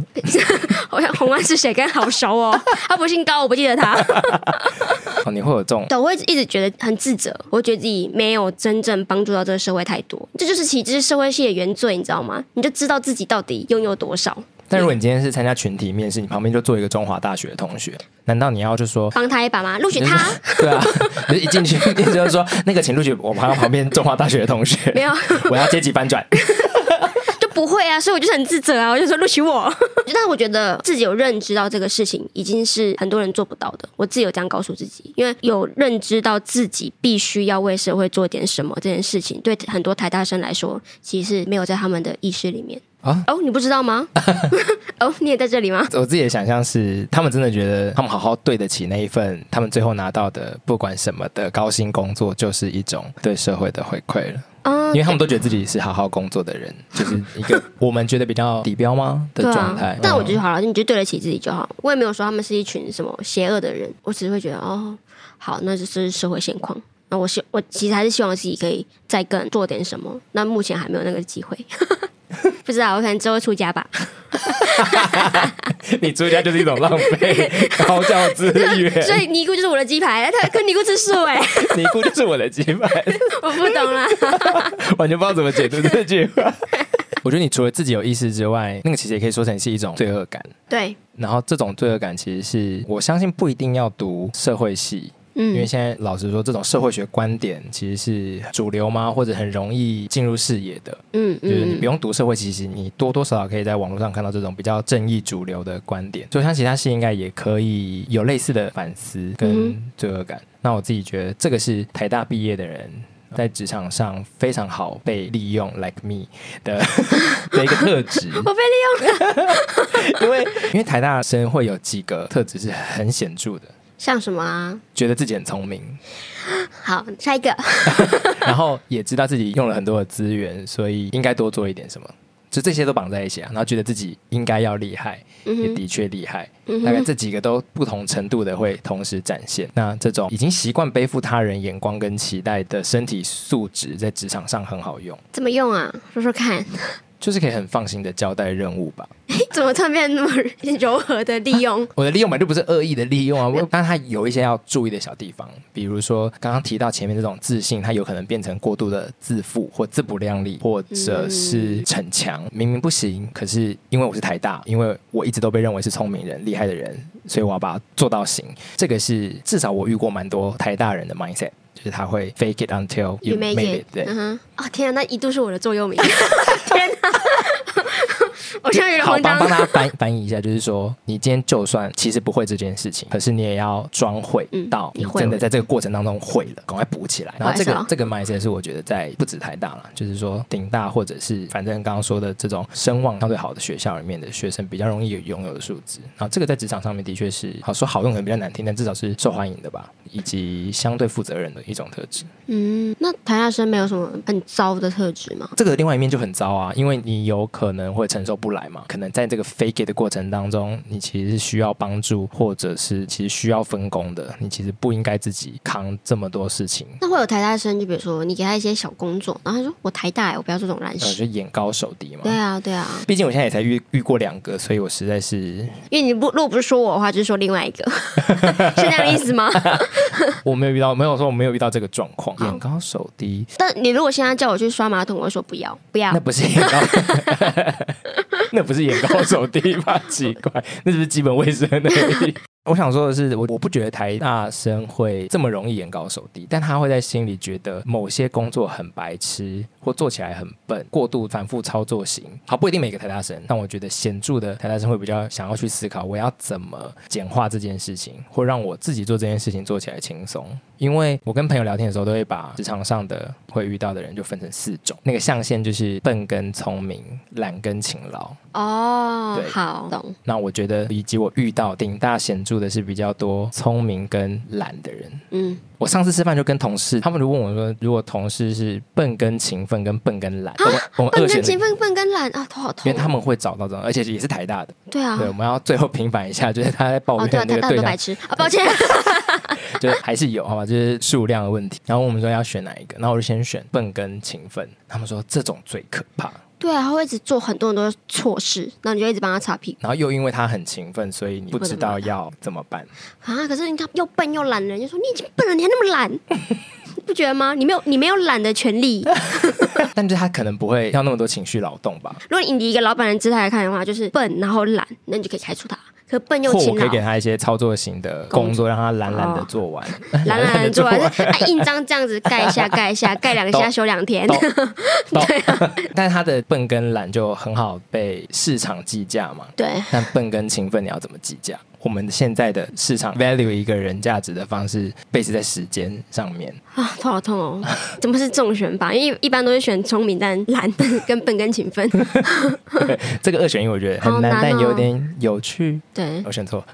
Speaker 2: 我想红安是谁，跟他好熟哦，他不姓高，我不记得他。
Speaker 1: 哦，你会有这种
Speaker 2: 对，我会一直觉得很自责，我觉得自己没有真正帮助到这个社会太多，这就是其实是社会系的原罪，你知道吗？你就知道自己到底拥有多少，
Speaker 1: 但如果你今天是参加群体面试，你旁边就坐一个中华大学的同学，难道你要就说？
Speaker 2: 帮他一把吗？录取
Speaker 1: 就是
Speaker 2: 他
Speaker 1: 对啊，你就一进去 你就是说那个请录取我旁旁边中华大学的同学，
Speaker 2: 没有，
Speaker 1: 我要阶级翻转。
Speaker 2: 就不会啊，所以我就是很自责啊，我就说录取我。 但是我觉得自己有认知到这个事情，已经是很多人做不到的。我自己有这样告诉自己，因为有认知到自己必须要为社会做点什么这件事情，对很多台大生来说，其实是没有在他们的意识里面。
Speaker 1: 啊
Speaker 2: 哦，你不知道吗？ 哦，你也在这里吗？
Speaker 1: 我自己的想象是，他们真的觉得他们好好对得起那一份他们最后拿到的不管什么的高薪工作，就是一种对社会的回馈了。
Speaker 2: 嗯，
Speaker 1: 因为他们都觉得自己是好好工作的人，就是一 个我们觉得比较底标吗的
Speaker 2: 对
Speaker 1: 状
Speaker 2: 啊
Speaker 1: 态。，
Speaker 2: 但我
Speaker 1: 嗯
Speaker 2: 觉得好了，你就对得起自己就好。我也没有说他们是一群什么邪恶的人，我只是会觉得哦，好，那就是社会现况。那我希我其实还是希望自己可以再更做点什么，那目前还没有那个机会， 不知道我可能之后出家吧。
Speaker 1: 你出家就是一种浪费， 高教资
Speaker 2: 所
Speaker 1: 源，
Speaker 2: 以尼姑就是我的鸡排，他跟尼姑吃素 哎、
Speaker 1: 你估计是我的鸡排，
Speaker 2: 我不懂啦。
Speaker 1: 完全不知道怎么解读这句话。 我觉得你除了自己有意识之外，那个其实也可以说成是一种罪恶感。
Speaker 2: 对，
Speaker 1: 然后这种罪恶感其实是我相信不一定要读社会系，因为
Speaker 2: 嗯
Speaker 1: 现在老实说，这种社会学观点其实是主流吗？或者很容易进入视野的，
Speaker 2: 嗯
Speaker 1: 就是你
Speaker 2: 嗯
Speaker 1: 不用读社会，其实你多多少少可以在网络上看到这种比较正义主流的观点。所以我相信其他系应该也可以有类似的反思
Speaker 2: 嗯
Speaker 1: 跟罪恶感。那我自己觉得这个是台大毕业的人。在职场上非常好被利用，like me 的 的一个特质，
Speaker 2: 我被利用了，
Speaker 1: 因为因为台大生会有几个特质是很显著的，
Speaker 2: 像什么啊？
Speaker 1: 觉得自己很聪明，
Speaker 2: 好，下一个，
Speaker 1: 然后也知道自己用了很多的资源，所以应该多做一点什么。就这些都绑在一起啊，然后觉得自己应该要厉害，也的确厉害。大概这几个都不同程度的会同时展现。那这种已经习惯背负他人眼光跟期待的身体素质，在职场上很好用，
Speaker 2: 怎么用啊？说说看，
Speaker 1: 就是可以很放心的交代任务吧。
Speaker 2: 怎么突 然变得那么柔和的利用？
Speaker 1: 我的利用本来就不是恶意的利用啊，我但它有一些要注意的小地方，比如说刚刚提到前面这种自信，它有可能变成过度的自负或自不量力，或者是逞强，明明不行，可是因为我是台大，因为我一直都被认为是聪明人、厉害的人，所以我要把它做到行。这个是至少我遇过蛮多台大人的 mindset。就是他会 fake it until you
Speaker 2: make
Speaker 1: make it，
Speaker 2: it
Speaker 1: 对，
Speaker 2: 嗯哼，哦天啊，那一度是我的座右铭。 天哪， 我现在有点
Speaker 1: 好，
Speaker 2: 慌
Speaker 1: 帮帮
Speaker 2: 张。
Speaker 1: 大家翻 翻译一下，就是说，你今天就算其实不会这件事情，可是你也要装会
Speaker 2: 嗯
Speaker 1: 到
Speaker 2: 你
Speaker 1: 你
Speaker 2: 会
Speaker 1: 真
Speaker 2: 了
Speaker 1: 的在这个过程当中会了，赶快补起来。然后这
Speaker 2: 不好意
Speaker 1: 个
Speaker 2: 思哦
Speaker 1: 这个 mindset 是我觉得在不止台大了，就是说顶大或者是反正刚刚说的这种声望相对好的学校里面的学生比较容易有拥有的素质。然后这个在职场上面的确是好说好用可能比较难听，但至少是受欢迎的吧，以及相对负责任的一种特质。
Speaker 2: 嗯，那台大生没有什么很糟的特质吗？
Speaker 1: 这个另外一面就很糟啊，因为你有可能会承受不来嘛，可能在这个 fake it 的过程当中，你其实是需要帮助，或者是其实需要分工的，你其实不应该自己扛这么多事情，
Speaker 2: 那会有台大生，就比如说你给他一些小工作，然后他说我台大欸，我不要做这种烂
Speaker 1: 呃，就
Speaker 2: 事。
Speaker 1: 眼高手低嘛
Speaker 2: 对。啊，对啊，
Speaker 1: 毕竟我现在也才遇遇过两个，所以我实在是
Speaker 2: 因为你不如果不是说我的话，就是说另外一个， 是这样的意 思吗？
Speaker 1: 我没有遇到，没有说我没有遇到这个状况，眼高手低，
Speaker 2: 但你如果现在叫我去刷马桶，我会说不要，不要
Speaker 1: 那。不是眼高， 那不是眼高手低吧？奇怪，那是不是基本卫生而已。 我想说的是，我我不觉得台大生会这么容易眼高手低，但他会在心里觉得某些工作很白痴，或做起来很笨，过度反复操作型。好，不一定每个台大生，但我觉得显著的台大生会比较想要去思考，我要怎么简化这件事情，或让我自己做这件事情做起来轻松。因为我跟朋友聊天的时候，都会把职场上的会遇到的人就分成四种，那个象限就是笨跟聪明、懒跟勤劳。
Speaker 2: 哦
Speaker 1: 对，
Speaker 2: 好，懂。
Speaker 1: 那我觉得以及我遇到顶大显著的是比较多聪明跟懒的人。
Speaker 2: 嗯，
Speaker 1: 我上次吃饭就跟同事，他们就问我说，如果同事是笨跟勤奋跟笨跟懒，我们我们二
Speaker 2: 笨跟
Speaker 1: 选的
Speaker 2: 勤，奋，笨跟懒啊，头好
Speaker 1: 因为
Speaker 2: 痛哦。
Speaker 1: 他们会找到这种，而且也是台大的。
Speaker 2: 对啊
Speaker 1: 对，，我们要最后平反一下，就是他在抱
Speaker 2: 哦，
Speaker 1: 怨
Speaker 2: 对啊，
Speaker 1: 那
Speaker 2: 台
Speaker 1: 个对
Speaker 2: 大很多
Speaker 1: 象
Speaker 2: 白痴啊，抱歉。
Speaker 1: 就是还是有好吧，就是数量的问题。然后我们说要选哪一个，然后我就先选笨跟勤奋。他们说这种最可怕。
Speaker 2: 对啊，他会一直做很多很多错事，那你就一直帮他擦屁股
Speaker 1: 然后又因为他很勤奋，所以你不知道要怎么办。
Speaker 2: 啊。可是你看又笨又懒的人，就说你已经笨了，你还那么懒， 不觉得吗？你没有你没有懒的权利。
Speaker 1: 但是他可能不会要那么多情绪劳动吧？
Speaker 2: 如果你以一个老板的姿态来看的话，就是笨然后懒，那你就可以开除他。可笨又
Speaker 1: 或我
Speaker 2: 勤
Speaker 1: 可以
Speaker 2: 劳
Speaker 1: 给，他一些操作型的啊工作，哦让他懒懒的做 完，
Speaker 2: 懒懒的做完，啊印章这样子盖一下，盖一下，盖两 下
Speaker 1: 懂
Speaker 2: 休两天。
Speaker 1: 懂懂 但是他的笨跟懒就很好被市场计价嘛。
Speaker 2: 对，
Speaker 1: 但笨跟勤奋你要怎么计价？我们现在的市场 value 一个人价值的方式，base 在时间上面。
Speaker 2: 啊，头好痛哦！怎么是重选法？因为一般都是选聪明但懒、跟笨跟 勤奋。
Speaker 1: 对 这个二选一我觉得很
Speaker 2: 好
Speaker 1: 难，
Speaker 2: 难
Speaker 1: 但有
Speaker 2: 哦
Speaker 1: 点有趣。
Speaker 2: 对，
Speaker 1: 我选错，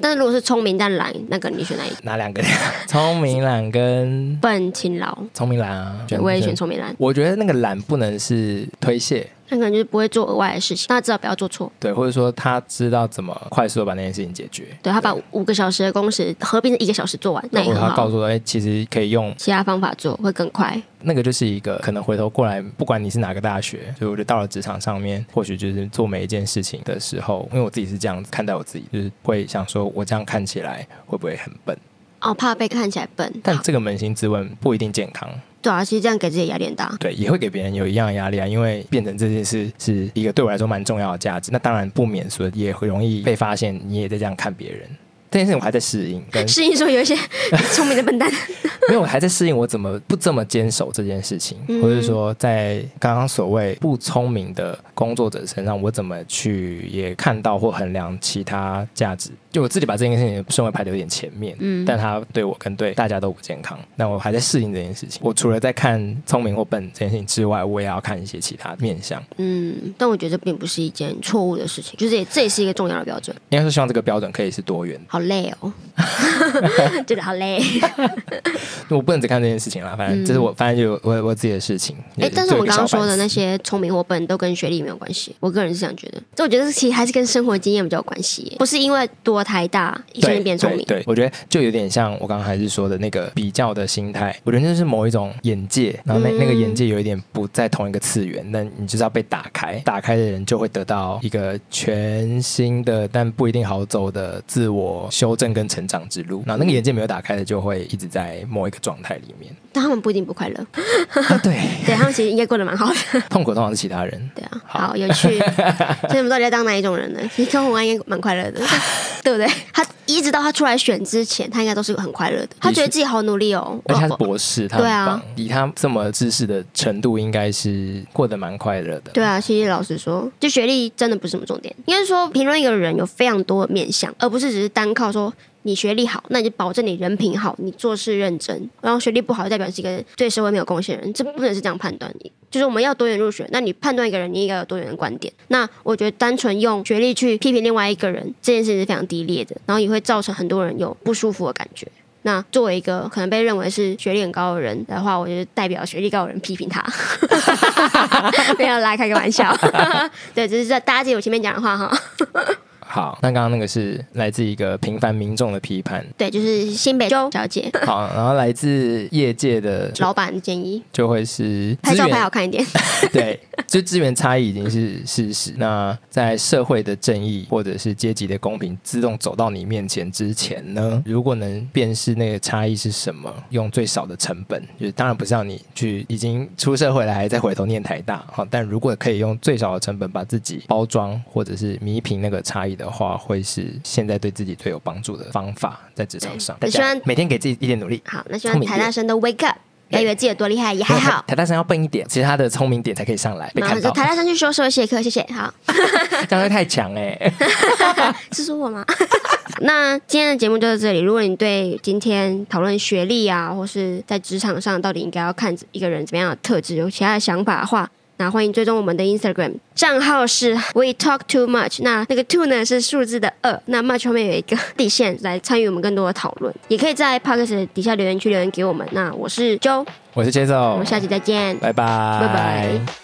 Speaker 2: 但是如果是聪明但懒，那个你选哪一个？
Speaker 1: 哪两个？聪明懒跟
Speaker 2: 笨、勤劳，
Speaker 1: 聪明懒啊，
Speaker 2: 对我也选。聪明懒，
Speaker 1: 我觉得那个懒不能是推卸，
Speaker 2: 那可能就是不会做额外的事情，那至少不要做错。
Speaker 1: 对，或者说他知道怎么快速的把那件事情解决。
Speaker 2: 对他把五个小时的工时合并成一个小时做完，那也
Speaker 1: 或者
Speaker 2: 很
Speaker 1: 他告
Speaker 2: 好。
Speaker 1: 诉我，哎、其实可以用
Speaker 2: 其他方法做会更快。
Speaker 1: 那个，就是一个可能回头过来，不管你是哪个大学，所以我觉得到了职场上面，或许就是做每一件事情的时候，因为我自己是这样子看待我自己，就是会想说，我这样看起来会不会很笨？
Speaker 2: 哦，怕被看起来笨，
Speaker 1: 但这个扪心自问不一定健康，
Speaker 2: 对啊，其实这样给自己压力很 大。
Speaker 1: 对，也会给别人有一样的压力啊，因为变成这件事是一个对我来说蛮重要的价值，那当然不免说也会容易被发现，你也在这样看别人。这件事情我还在适应，跟
Speaker 2: 适应说有一 些聪明的笨蛋，
Speaker 1: 没有，我还在适应我怎么不这么坚守这件事情，
Speaker 2: 嗯
Speaker 1: 或者说在刚刚所谓不聪明的工作者身上，我怎么去也看到或衡量其他价值。就我自己把这件事情顺位排的有点前面，
Speaker 2: 嗯
Speaker 1: 但它对我跟对大家都不健康。那我还在适应这件事情。我除了在看聪明或笨这件事情之外，我也要看一些其他面向。
Speaker 2: 嗯，但我觉得这并不是一件错误的事情，就是也这也是一个重要的标准。
Speaker 1: 应该说，希望这个标准可以是多元的。
Speaker 2: 好累 哦，觉得好累。
Speaker 1: 我不能只看这件事情啦，反正这是我，反正就我我自己的事情。
Speaker 2: 嗯哎、但是我刚刚说的那
Speaker 1: 些。
Speaker 2: 些聪明或笨都跟学历没有关系，我个人是这样觉得。这我觉得其实还是跟生活经验比较有关系耶，不是因为多台大一下
Speaker 1: 对
Speaker 2: 就变聪明。
Speaker 1: 对。对，我觉得就有点像我刚刚还是说的那个比较的心态，我觉得就是某一种眼界，然后那、
Speaker 2: 嗯
Speaker 1: 那个眼界有一点不在同一个次元，那你就是要被打开，打开的人就会得到一个全新的，但不一定好走的自我修正跟成长之路。然后那个眼界没有打开的，就会一直在某一个状态里 面。
Speaker 2: 但他们不一定不快乐，
Speaker 1: 啊、对，
Speaker 2: 对他们其实应该过得 蛮好的。
Speaker 1: 痛苦通常是其他人。
Speaker 2: 对啊，好有 趣。所以你们到底在当哪一种人呢？其实柯宏安应该蛮快乐 的，对不对？他一直到他出来选之前，他应该都是很快乐的。他觉得自己好努力哦。
Speaker 1: 而且他是
Speaker 2: 我
Speaker 1: 博士，他很
Speaker 2: 对啊
Speaker 1: 棒，以他这么知识的程度，应该是过得蛮快乐的。
Speaker 2: 对啊，其实老实说，就学历真的不是什么重点。应该说，评论一个人有非常多的面向，而不是只是单靠说你学历好，那你就保证你人品好，你做事认真。然后学历不好，代表是一个对社会没有贡献的人，这不能是这样判断你。就是我们要多元入学，那你判断一个人，你应该有多元的观点。那我觉得单纯用学历去批评另外一个人，这件事是非常低劣的，然后也会造成很多人有不舒服的感觉。那作为一个可能被认为是学历很高的人的话，我就代表学历高的人批评他。 没有啦，开个 玩笑。对，只是在大家记得我前面讲的话哈。
Speaker 1: 好，那刚刚那个是来自一个平凡民众的批判，
Speaker 2: 对，就是新北周小 姐
Speaker 1: 好，然后来自业界的就
Speaker 2: 老板的建议，
Speaker 1: 就会是
Speaker 2: 拍
Speaker 1: 资
Speaker 2: 照拍好
Speaker 1: 源，
Speaker 2: 看一点。
Speaker 1: 对，就资源差异已经是事实。那在社会的正义或者是阶级的公平自动走到你面前之前呢，如果能辨识那个差异是什么，用最少的成本，就是当然不是让你去已经出社会了还在回头念台大哈，但如果可以用最少的成本把自己包装或者是弥平那个差异的话，会是现在对自己最有帮助的方法，在职场上，大
Speaker 2: 对我希
Speaker 1: 家
Speaker 2: 望
Speaker 1: 每天给自己一点努力。
Speaker 2: 好，那希
Speaker 1: 聪
Speaker 2: 望
Speaker 1: 明
Speaker 2: 台大生都 wake up，不要以为自己有多厉害，也还
Speaker 1: 没有台
Speaker 2: 好。
Speaker 1: 台大生要笨一点，其实他的聪明点才可以上 来被
Speaker 2: 然后
Speaker 1: 看
Speaker 2: 就
Speaker 1: 到，
Speaker 2: 台大生去修社会学科，谢谢。好，
Speaker 1: 这样会太强哎、
Speaker 2: 是说我吗？那今天的节目就到这里。如果你对今天讨论学历啊，或是在职场上到底应该要看一个人怎么样的特质，有其他的想法的话，那欢迎追踪我们的 Instagram 账号是 We Talk Too Much。那那个 two 呢是数字的二，那 much 后面有一个底线来参与我们更多的讨论。也可以在 Podcast 底下留言区留言给我们。那我是 Joe，
Speaker 1: 我是 j
Speaker 2: 我
Speaker 1: o
Speaker 2: 们下期再见。
Speaker 1: 拜拜，
Speaker 2: 拜拜。